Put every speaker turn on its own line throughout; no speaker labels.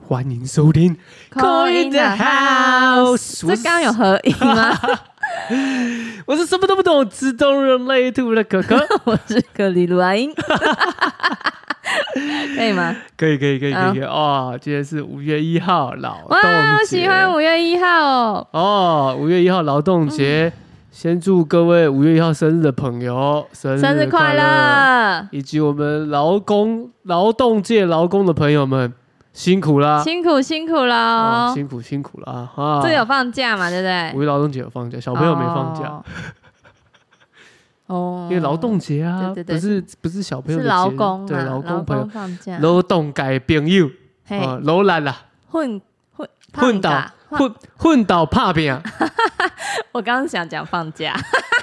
欢迎收听
Call in the house
我
这
是
刚有合影 吗？
我是什么都不懂，只懂人类图的可 可。
我是克里鲁阿 英，可以吗？
可以可以可以可以可以哦！今天是五月一号劳动
嗯哇，我
节
喜欢五月一号哦，
哦！五月一号劳动
嗯
节，先祝各位五月一号生日的朋友生
生日快
乐，
乐，
以及我们劳工劳动界劳工的朋友们辛苦啦，
辛苦辛苦
哦
喽！
辛苦辛苦啦啊！
这有放假嘛？对不对？
五一劳动节有放假，小朋友没放假，
哦。哦
因为劳动节啊，
对对对
不是不是小朋友
是
的节日
劳工嘛，
对劳工朋友
工，哦放假，
劳动界朋友
嘿，
啊，劳懒啦，
混混
混
放
到
假放
混混到怕饼，哦
我刚刚想讲放假，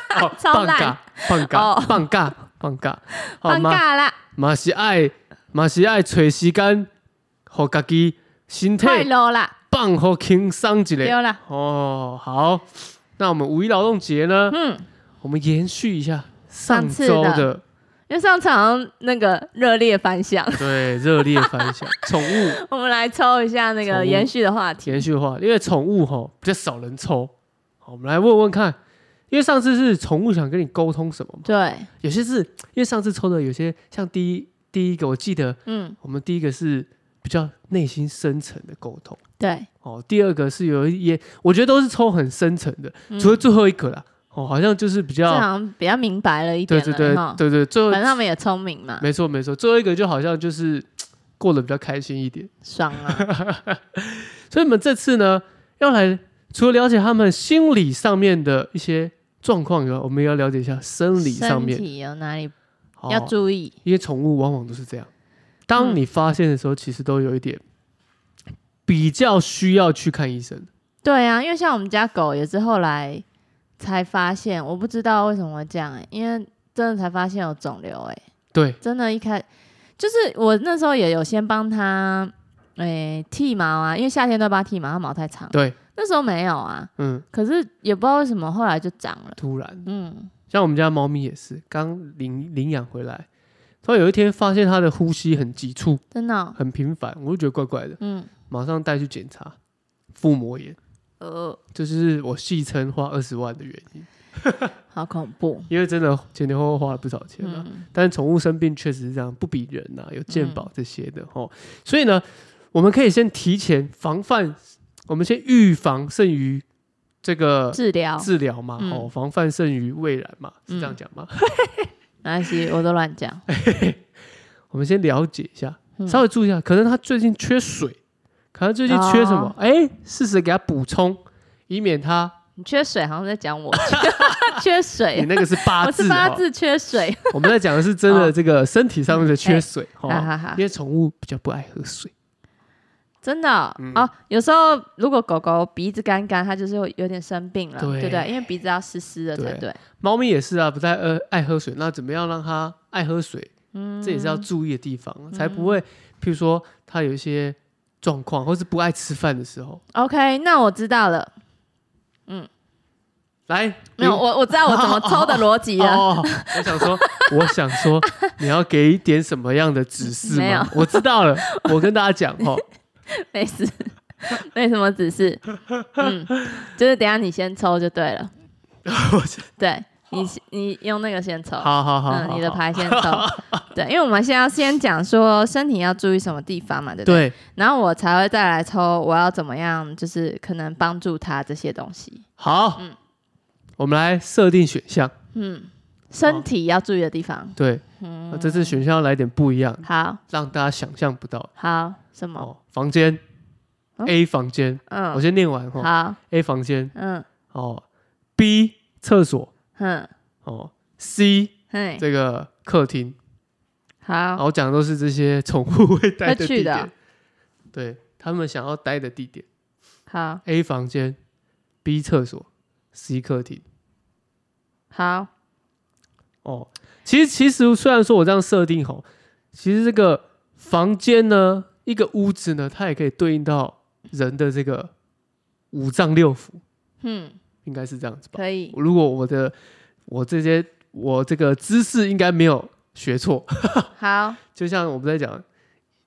超
放
懒
假放假
哦
放假放假，好
放
嘛
假啦，
嘛是爱嘛是爱找时间，互家己身体
快乐啦，
放好轻松一
对
下。
啦，
哦，好，那我们五一劳动节呢，
嗯。
我们延续一下上
上次
周
的
的
因为上次好像那个热烈反响，
对热烈反响， 宠物。
我们来抽一下那
宠物
个延续的话题。
延续化，因为宠物吼比较少人抽。好，我们来问问看，因为上次是宠物想跟你沟通什么嘛？
对，
有些是因为上次抽的，有些像第一第一个，我记得
嗯，
我们第一个是比较内心深层的沟通
对，
哦，第二个是有一也我觉得都是抽很深层的，
嗯
除了最后一个啦，哦，好像就是比
这好
较
像比较明白了一
对
点
对
了
对
哈。
对对，最后
反正他们也聪明嘛，
没错没错，最后一个就好像就是嘖过得比较开心一点。
爽啊！
所以我们这次呢，要来除了了解他们心理上面的一些状况以外，我们也要了解一下生理上
身
面。哦
体有哪里
好
要注意？嗯
因为宠物往往都是这样，当你发现的时候，其实都有一点比较需要去看医生。
对啊，因为像我们家狗也是后来才发现，我不知道为什么会这样、欸，因为真的才发现有肿瘤、欸，
对，
真的，一开就是我那时候也有先帮它，诶、剃毛啊，因为夏天都要帮它剃毛，它毛太长，
对，
那时候没有啊，
嗯，
可是也不知道为什么后来就长了。
突然，
嗯，
像我们家猫咪也是，刚领领养回来，突然有一天发现它的呼吸很急促、
真的哦、
很频繁，我就觉得怪怪的，
嗯，
马上带去检查腹膜炎，
呃，
这就是我戏称花二十万的原因。
好恐怖。
因为真的前前后后花了不少钱啊。
嗯，
但是宠物生病确实是这样，不比人呐、有健保这些的吼。所以呢，我们可以先提前防范，我们先预防胜于这个
治疗
治疗嘛，
嗯
哦，防范胜于未然嘛，是这样
嗯
讲吗？
没关系，我都乱 讲。
我们先了解一下，
嗯
稍微注意一下，可能它最近缺水，可能最近缺什么
哦？
哎、适时给它补充，以免它
你缺水，好像在讲 我缺
你
水，
那个是八
我
字
哎是八
哦
字缺水。
我们在讲的是真的
哦
这个身体上面的缺
哎
水，哦
哈哈哈
因，为宠物比较不爱喝水。
真的哦,、
嗯
哦，有时候如果狗狗鼻子干干，它就是会有点生病了，
对
对不对？因为鼻子要湿湿的才
对
对。
猫咪也是啊，不太呃爱喝水，那怎么样让它爱喝水？
嗯，
这也是要注意的地方，才不会，譬如说它有一些状况，或是不爱吃饭的时候，
OK。那我知道了，
来，
没
你
有，我我知道我 怎么抽的逻辑了。
哦，我想 说，我想说，你要给一点什么样的指示
没有
吗？我知道 了，我跟大家讲哦，
没事，没什么指示。嗯，就是等一下你先抽就对了。
我是
对你，你用那个先抽。
好好好，
嗯，
好
你的
好
牌先抽。 对，因为我们现在要先讲说身体要注意什么地方嘛，对不对？
对，
然后我才会再来抽我要怎么样，就是可能帮助他这些东西。
好，我们来设定选项，
嗯，身体要注意的地方。
对，那
嗯
这次选项要来点不一样，
好
让大家想象不到
好，什么？
哦，房间
嗯
，A 房间。我
嗯，
先念完哈。
好，
A 房间
嗯
哦，B 厕所
哼，
哦，C
嘿，
这个客厅，然
哎好，
后讲的都是这些宠物会待
会
的
去
地
的啊
点，对他们想要待的地点。
好，
A 房间，B 厕所，C 客厅。
好，
哦，其实其实虽然说我这样设定吼，其实这个房间呢，一个屋子呢，它也可以对应到人的这个五脏六腑，
嗯，
应该是这样子吧。
可以。
如果我的我这些我这个知识应该没有学错，
好，
就像我们在讲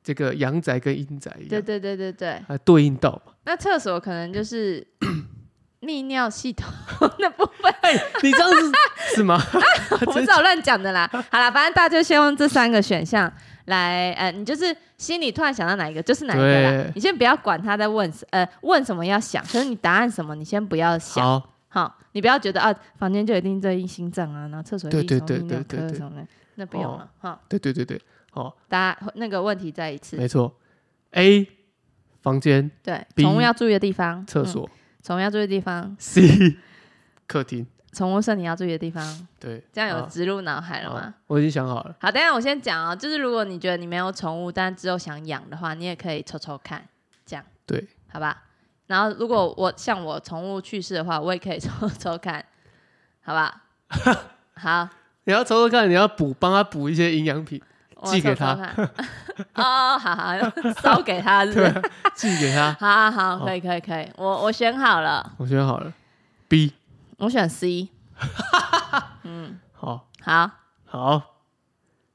这个阳宅跟阴宅一
对
样，
对对对对。
啊，对应到 嘛。
那厕所可能就是 泌尿系统 那部分，
哎、你这样子是 吗？
我不知道乱讲 的啦。好啦，反正大家就先用这三个选项来，呃，你就是心里突然想到哪一个就是哪一个啦
对。
你先不要管他在问什，呃，问什么要想，可是你答案什么你先不要想。
好，
好，你不要觉得啊，房间就一定对应心脏啊，然后厕所一
对
定
对
从泌
对对对
尿
哦
科
对
什么的，那不用了。好，
对对对对，好，
答那个问题再一次，
没错。A 房间、
对，
哎 B
宠物要注意的地方，
厕
嗯，
所、
宠物要注意的地方，
C 客厅，
宠物身体要注意的地方，
对，
这样有
好
植入脑海了
好
吗？
我已经想好了，
好，等一下我先讲哦，就是如果你觉得你没有宠物，但之后想养的话，你也可以抽抽看，这样
对，
好吧？然后如果我像我宠物去世的话，我也可以 抽抽看，好吧？好，
你要抽抽看，你要补帮他补一些营养品，
我
寄给
抽
他
抽看。哦，好好，烧给他是不
对
是？
啊，哦寄给他。
好好好，
好
可以可以可以，我我选好了，
我选好了，B，
我选 C。 嗯
好，
好，
好，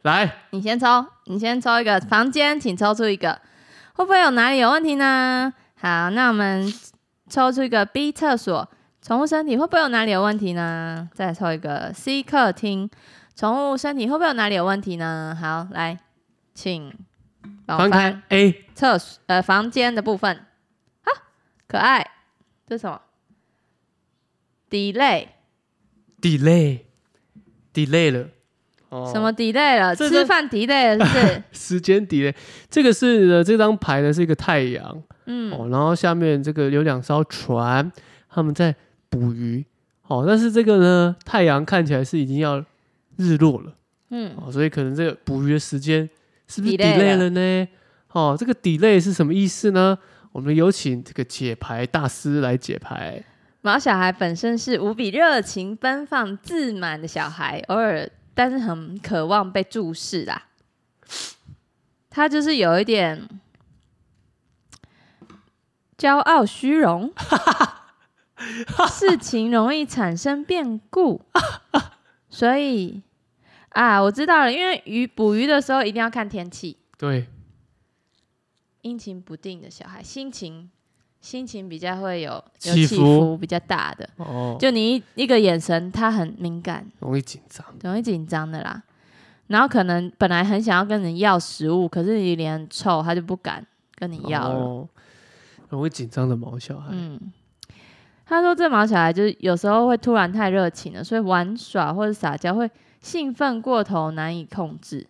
来，
你先抽，你先抽一个房间，请抽出一个，会不会有哪里有问题呢？好，那我们抽出一个 B 厕所，宠物身体会不会有哪里有问题呢？再抽一个 C 客厅，宠物身体会不会有哪里有问题呢？好，来，请帮我
翻开 A，
厕所呃房间的部分啊，可爱，这是什么？delay
delay delay 了，哦
什么 delay 了？
这
吃
是
饭 delay 了是不是？
时间 delay？这个是呢，这张牌呢是一个太阳，
嗯，
哦，然后下面这个有两艘船，他们在捕鱼，哦，但是这个呢，太阳看起来是已经要日落了，
嗯，
哦，所以可能这个捕鱼的时间是不是
delay
delay
了
了呢？哦，这个 delay 是什么意思呢？我们有请这个解牌大师来解牌。
毛小孩本身是无比热情、奔放、自满的小孩，偶尔但是很渴望被注视啦。他就是有一点骄傲虚荣，事情容易产生变故，所以啊，我知道了，因为鱼捕鱼的时候一定要看天气，
对，
阴晴不定的小孩，心情心情比较会有有
起
起
伏
伏比较大的。
哦，
就你一一个眼神，他很敏感，
容易紧张。
容易紧张的啦。然后可能本来很想要跟你要食物，可是你脸臭，他就不敢跟你要了。
哦，容易紧张的毛小孩。
嗯，他说这毛小孩就是有时候会突然太热情了，所以玩耍或者撒娇会兴奋过头，难以控制。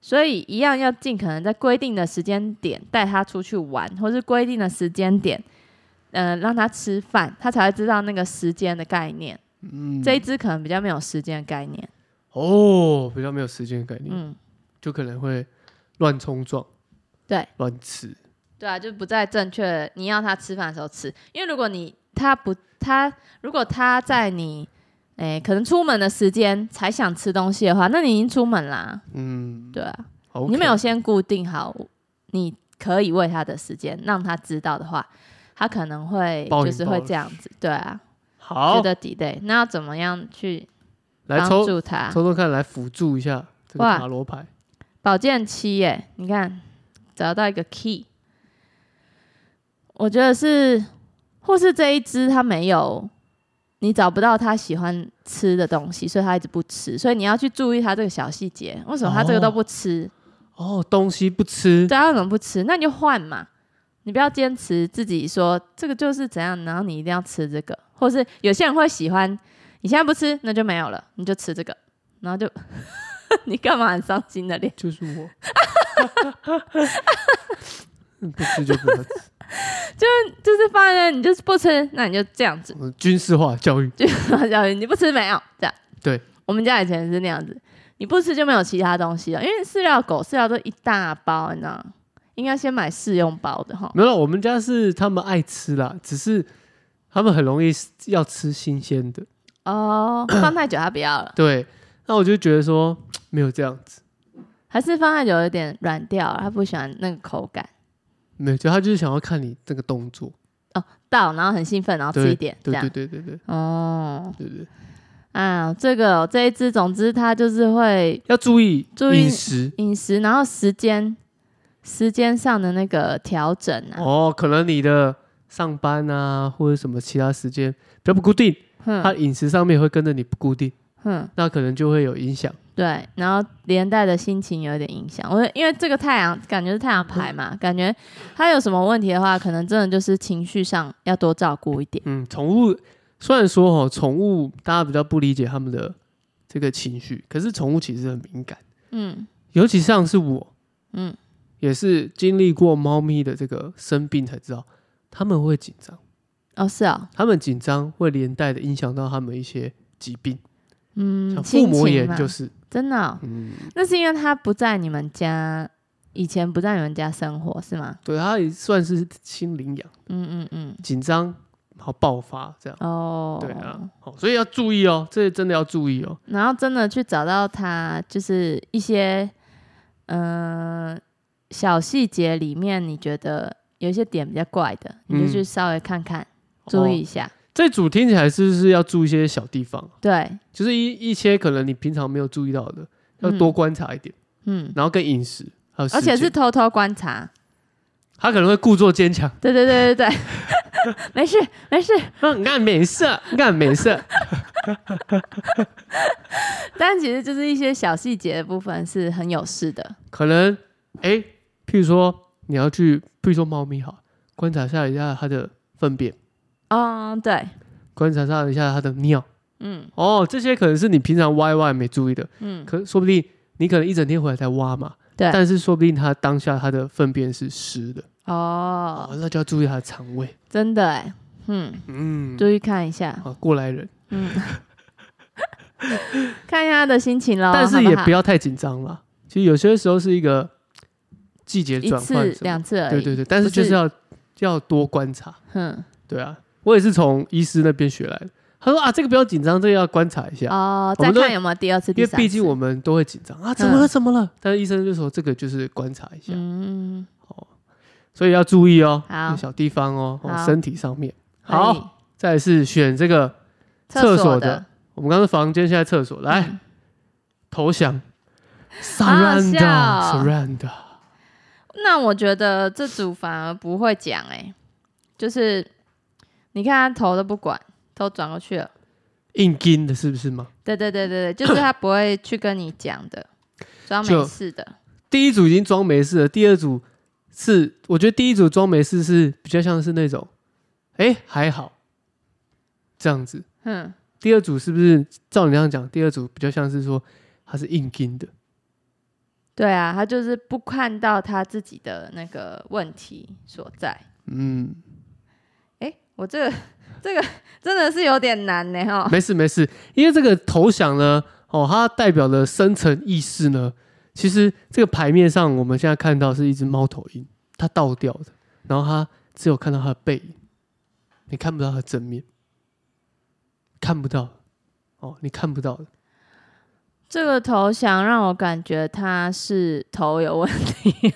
所以一样要尽可能在规定的时间点带他出去玩，或是规定的时间点，呃，让他吃饭，他才会知道那个时间的概念。
嗯，
这一只可能比较没有时间的概念。
哦，比较没有时间概念，
嗯，
就可能会乱冲撞，
对，
乱吃。
对啊，就不在正确你要他吃饭的时候吃，因为如果你他不他如果他在你诶可能出门的时间才想吃东西的话，那你已经出门啦，
嗯，
对啊
好，
你没有先固定好你可以喂他的时间，让他知道的话，他可能会
暴饮
就是会
暴食
这样子，对啊，觉
好，
得 delay，那要怎么样去
来
帮
抽
助他？
抽抽看，来辅助一下这个
哇
塔罗牌。
保健期耶，你看找到一个 key，我觉得是，或是这一只它没有，你找不到它喜欢吃的东西，所以它一直不吃，所以你要去注意它这个小细节，为什么它这个都不吃？
哦，东西不吃，
对，它啊为什么不吃？那你就换嘛，你不要坚持自己说这个就是怎样，然后你一定要吃这个，或是有些人会喜欢，你现在不吃那就没有了，你就吃这个，然后就 你干嘛很伤心的脸？
就是我。 嗯不吃就不能吃，
就是放在那，你就是不吃，那你就这样子，
嗯军事化教育
就教育你不吃没有这样。
对，
我们家以前是那样子，你不吃就没有其他东西了，因为饲料狗饲料都一大包，你知道吗？应该先买试用包的哈。
没有啦。我们家是他们爱吃啦，只是他们很容易要吃新鲜的。
哦，放太久它不要了，
对，那我就觉得说没有这样子，
还是放太久有点软掉了，它不喜欢那个口感。
没有，就他就是想要看你这个动作。
到，然后很兴奋，然后
对
吃一点这
对
样
对。对对对
哦，
对对，
啊，这个哦这一只，总之它就是会
要注意
注意
饮食，
饮食，然后时间时间上的那个调整啊。
哦，可能你的上班啊或者什么其他时间比较不固定，
哼
它饮食上面会跟着你不固定，
哼，
那可能就会有影响。
对，然后连带的心情有点影响。我因为这个太阳感觉是太阳牌嘛，感觉他有什么问题的话，可能真的就是情绪上要多照顾一点。
嗯，宠物虽然说哈、哦，宠物大家比较不理解他们的这个情绪，可是宠物其实很敏感，
嗯
尤其像是我，
嗯，
也是经历过猫咪的这个生病才知道，他们会紧张，
哦是哦，
他们紧张会连带的影响到他们一些疾病，
嗯
像，腹
心
膜
情
炎
嘛，
就是，
真的哦、
嗯，
那是因为他不在你们家，以前不在你们家生活是吗？
对，它也算是心领养，
嗯嗯嗯，
紧张然后爆发这样，
哦，
对啊，好、所以要注意哦，这真的要注意哦，
然后真的去找到他，就是一些嗯、呃小细节里面，你觉得有一些点比较怪的，你就
嗯
去稍微看看，注意一
哦
下。
这组听起来是不是要注意一些小地方？
对，
就是一一些可能你平常没有注意到的，要
嗯
多观察一点，
嗯，
然后跟饮食还有时
而且是
间
偷偷观察。
他可能会故作坚强，
对对对对对， 没事没事，
嗯，你看没事，你看没 事，
但其实就是一些小细节的部分是很有事的。
可能哎、譬如说你要去，譬如说猫咪好，观察一下一下它的粪便，哦
嗯，对，
观察上一下它的尿，
嗯
哦，这些可能是你平常歪歪没注意的，
嗯，
可说不定你可能一整天回来才挖嘛，
对
但是说不定它当下它的粪便是湿的，哦
哦，，
那就要注意它的肠胃，
真的哎，嗯，
嗯，
注意看一下，
好，过来人，
嗯， 看一下他的心情喽。
但
好
是也
好
不要太紧张了。其实有些时候是一个季节
一
转换
次
什么，
两次而已。嗯
对对对，但是
不
就是是要要多观察。
哼，
对啊，我也是从医师那边学来的。他说啊，这个不要紧张，这个要观察一下，
哦，
我
再
们都
看有没有第二次、
因
第
为
三次。
毕竟我们都会紧张啊，怎么了怎么了？但是医生就说这个就是观察一下，
嗯，
所以要注意哦，
好
有小地方哦，哦
好
身体上面。
可以
好，再来是选这个，
厕
厕所
的
的我们刚刚房间，现在厕所来投降
嗯好笑哦
，surrender，surrender。
那我觉得这组反而不会讲哎、就是你看他头都不管，头转过去了。
硬盯的，是不是吗？
对对对对对，就是他不会去跟你讲的，装没
就
事的。
第一组已经装没事了，第二组是我觉得第一组装没事是比较像是那种，哎、还好这样子。
哼，
第二组是不是照你这样讲？第二组比较像是说他是硬盯的，
对啊，他就是不看到他自己的那个问题所在。
嗯，
哎、我这个这个真的是有点难欸呢哈。
没事没事，因为这个投降呢，哦，它代表的深层意识呢，其实这个牌面上我们现在看到是一只猫头鹰，它倒吊的，然后它只有看到它的背影，你看不到它的正面，看不到，哦，你看不到的，
这个投降让我感觉他是头有问题，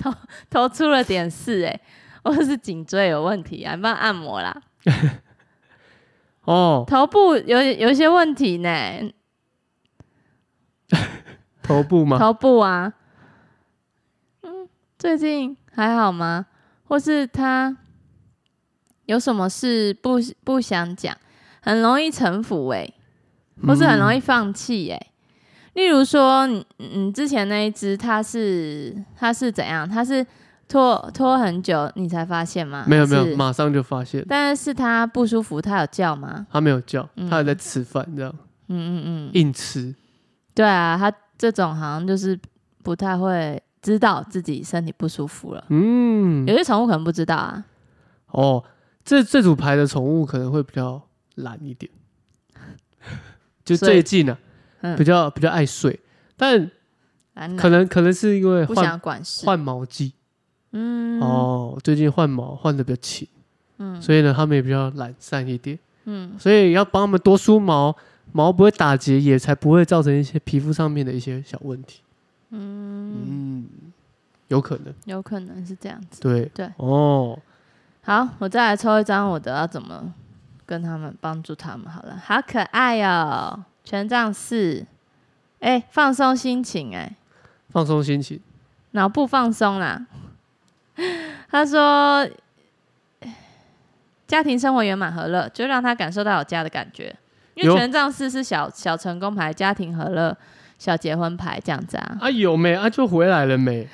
头头出了点事哎、或者是颈椎有问题啊，帮他按摩啦。
哦，
头部有有一些问题呢，
头部吗？
头部啊，嗯，最近还好吗？或是他有什么事不不想讲，很容易臣服哎、或是很容
嗯
易放弃哎、例如说，你你之前那一只，它是它是怎样？它是拖拖很久你才发现吗？
嗯没有没
还是
有，马上就发现
但是是它不舒服，它有叫吗？
它没有叫，
嗯
它还在吃饭，这样
嗯嗯嗯，
硬吃，
对啊，它这种好像就是不太会知道自己身体不舒服了。
嗯，
有些宠物可能不知道啊，
哦，这这组牌的宠物可能会比较懒一点， 就
所以
最近啊，
嗯
比较比较爱睡，但
懒懒
可能可能是因为
不想
换
要管事。
换毛季、
嗯，
哦，最近换毛换的比较勤，
嗯
所以呢，他们也比较懒散一点，
嗯，
所以要帮他们多梳毛，毛不会打结，也才不会造成一些皮肤上面的一些小问题。嗯有可能
有可能是这样子。
对
对
哦，
好，我再来抽一张我的，要怎么跟他们帮助他们好了。好可爱哦，权杖四，哎，放松心情哎、
放松心情，
脑部放松啦。 他说，家庭生活圆满和乐，就让他感受到有家的感觉。因
有
为权杖四是小小成功牌、家庭和乐、小结婚牌这样子啊。
啊有没啊就回来了没？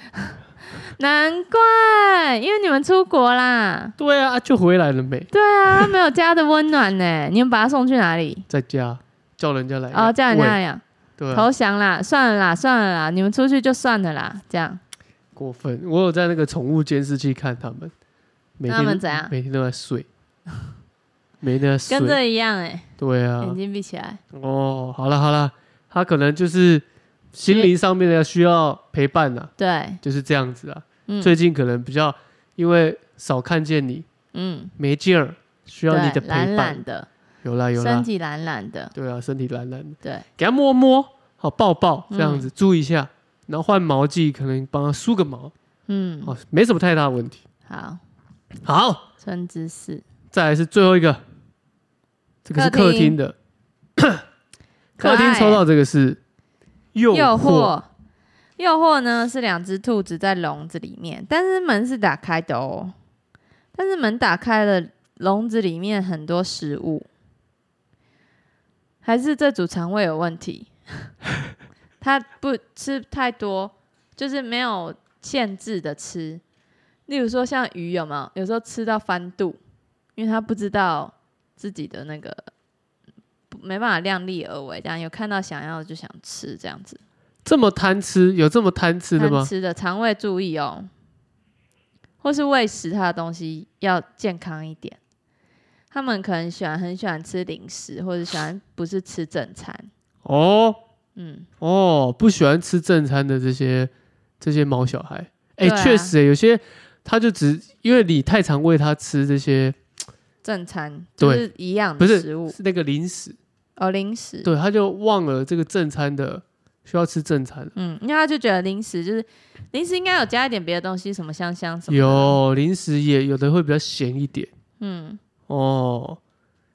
难怪，因为你们出国啦。
对啊啊就回来了没？
对啊，他没有家的温暖呢。你们把他送去哪里？
在家叫人家来
哦，叫人
哎
家
喂
来养
对、啊，
投降啦，算了啦，算了啦，你们出去就算了啦，这样。
过分。我有在那个宠物监视器看他们，每
那
天
他们怎样
每天都在睡， 每天都在睡。
跟这一样哎、
对啊，
眼睛闭起来。
哦，好了好了，他可能就是心灵上面的需要陪伴啊，
对，
就是这样子啊。
嗯
最近可能比较因为少看见你
嗯，
没劲儿，需
对，
要你的陪伴。
懒懒的，
有啦有
身
啦，
体懒懒的，
对啊，身体懒懒的，
对，
给他摸摸，好抱抱这样
嗯
子，注意一下，然后换毛剂，可能帮他梳个毛，
嗯，
哦，没什么太大问题。
好，
好，
春之四，
再来是最后一个，这个是
客
客
厅
厅 的，
可
客厅
爱
抽到这个是诱
诱
惑，
惑，诱惑呢是两只兔子在笼子里面，但是门是打开的哦，但是门打开了，笼子里面很多食物，还是这组肠胃有问题， 它不吃太多，就是没有限制的吃，例如说像鱼有没有？有时候吃到翻肚，因为它不知道自己的那个。没办法量力而为，这样有看到想要就想吃这样子。
这么贪吃，有这么贪吃的
贪
吗？
吃的肠胃注意哦，或是喂食它的东西要健康一点。他们可能喜欢很喜欢吃零食，或者喜欢不是吃正餐。
哦
嗯，
哦，不喜欢吃正餐的这些这些毛小孩，哎、
对啊
确、实、欸，有些他就只因为你太常喂他吃这些
正餐就
对
是一样
不
的
是
食物
是那个零食，
哦，零食。
对，他就忘了这个正餐的需要吃正餐。
嗯，因为他就觉得零食就是零食应该有加一点别的东西，什么香香什么的。
有哦零食也有的会比较咸一点
嗯，
哦。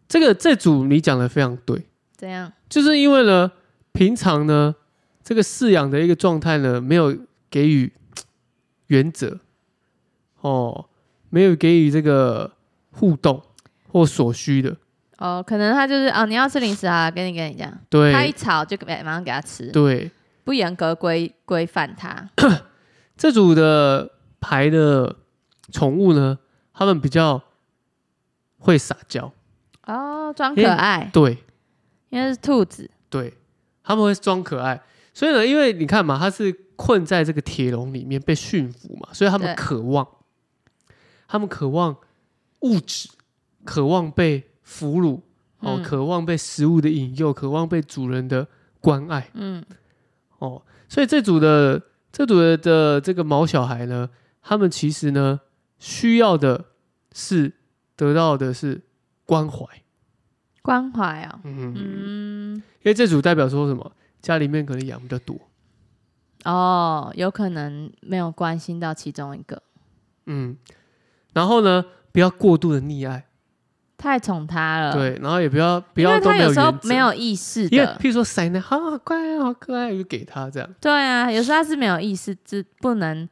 这个这组你讲的非常对，
怎样？
就是因为呢，平常呢，这个饲养的一个状态呢，没有给予原则，哦，没有给予这个互动或所需的，
哦，可能他就是哦，你要吃零食啊，跟你跟你讲，他
对
一吵就给马上给他吃，
对，
不严格规规范他。
这组的牌的宠物呢，它们比较会撒娇，
哦，装
因
可
为
爱，
对
因为是兔子，
对，他们会装可爱，所以呢，因为你看嘛，它是困在这个铁笼里面被驯服嘛，所以他们
对
渴望，他们渴望物质，渴望被俘虏，哦，
嗯
渴望被食物的引诱，渴望被主人的关爱，
嗯，
哦，所以这组的这组的的这个毛小孩呢，他们其实呢需要的是得到的是关怀，
关怀哦，
嗯，
嗯，
因为这组代表说什么？家里面可能养比较多，
哦，有可能没有关心到其中一个，
嗯，然后呢，不要过度的溺爱，
太宠他了，，
对，然后也不要不
呃因
要
为
都
他
没有
时候
原则
没，有意识
因为
的
譬，如说塞奶，好好乖啊，好可爱，我就给他这样，
对啊，有时候他是没有意识，这不能，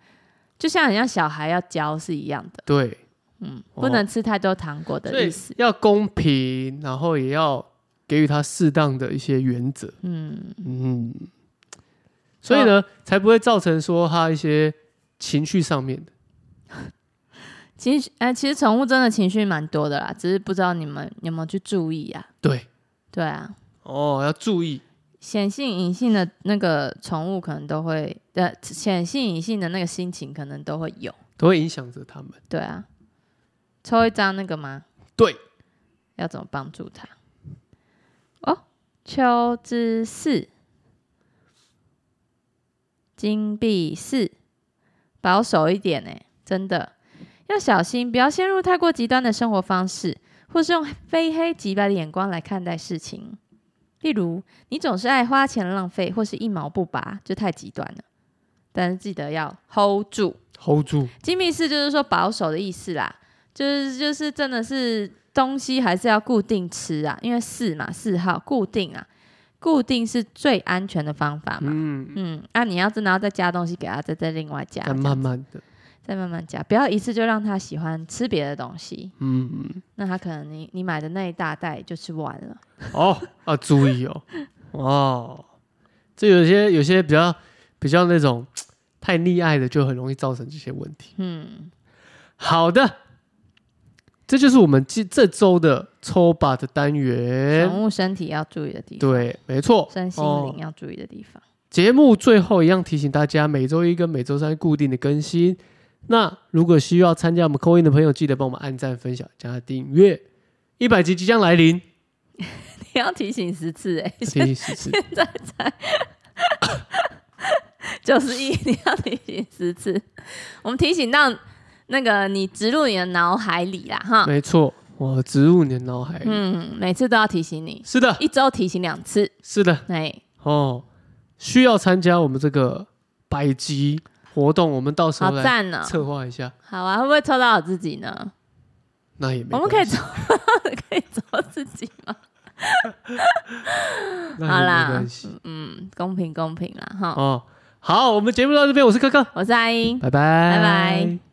就像很像小孩要教是一样的，
对，
嗯，
哦
不能吃太多糖果
所
的意
以
思，
要公平，然后也要给予他适当的一些原则，
嗯，哦
嗯，所以呢，才不会造成说他一些情绪上面的，
其实，哎、其实宠物真的情绪蛮多的啦，只是不知道你们有没有去注意啊，
对，
对啊，
哦，要注意，
显性、隐性的那个宠物可能都会，呃，显性、隐性的那个心情可能都会有。
都会影响着他们。
对啊，抽一张那个吗？
对，
要怎么帮助他？哦，秋之四，金币四，保守一点呢、欸真的要小心，不要陷入太过极端的生活方式，或是用非黑即白的眼光来看待事情。例如，你总是爱花钱浪费，或是一毛不拔，就太极端了。但是记得要 hold 住，
hold 住，
金密室就是说保守的意思啦，就是就是真的是东西还是要固定吃啊，因为四嘛四号固定啊，固定是最安全的方法嘛。
嗯，
嗯，那、你要真的要再加东西给他，再再另外加，
但慢慢的，
再慢慢加，不要一次就让他喜欢吃别的东西。
嗯，嗯
那他可能你你买的那一大袋就吃完了。
哦啊，注意哦，哦，这有些有些比较比较那种太溺爱的，就很容易造成这些问题。
嗯，
好的，这就是我们这这周的抽把的单元。
宠物身体要注意的地方，
对，没错，
身心
哦
灵要注意的地方。
节目最后一样提醒大家，每周一跟每周三固定的更新。那如果需要参加我们扣音的朋友，记得帮我们按赞、分享、加订阅。一百集即将来临，
你要提醒十次哎、
提醒十次，
九十一，你要提醒十次。我们提醒到那个你植入你的脑海里啦，哈。
没错，我植入你的脑海里。
啊嗯，每次都要提醒你，
是的，
一周提醒两次。
是的，
哎，
哦，需要参加我们这个百集活动，我们到时
好
候来
赞呢、啊哦
策划一下。
好啊，会不会抽到我自己呢？
那也没
我们可
关
以
系
抽， 可以抽自己吗？
那
好
也
啦
没关系哦
嗯，公平公平啦，哈。
哦。好，我们节目到这边，我是柯柯，
我是阿英，
拜拜，
拜拜。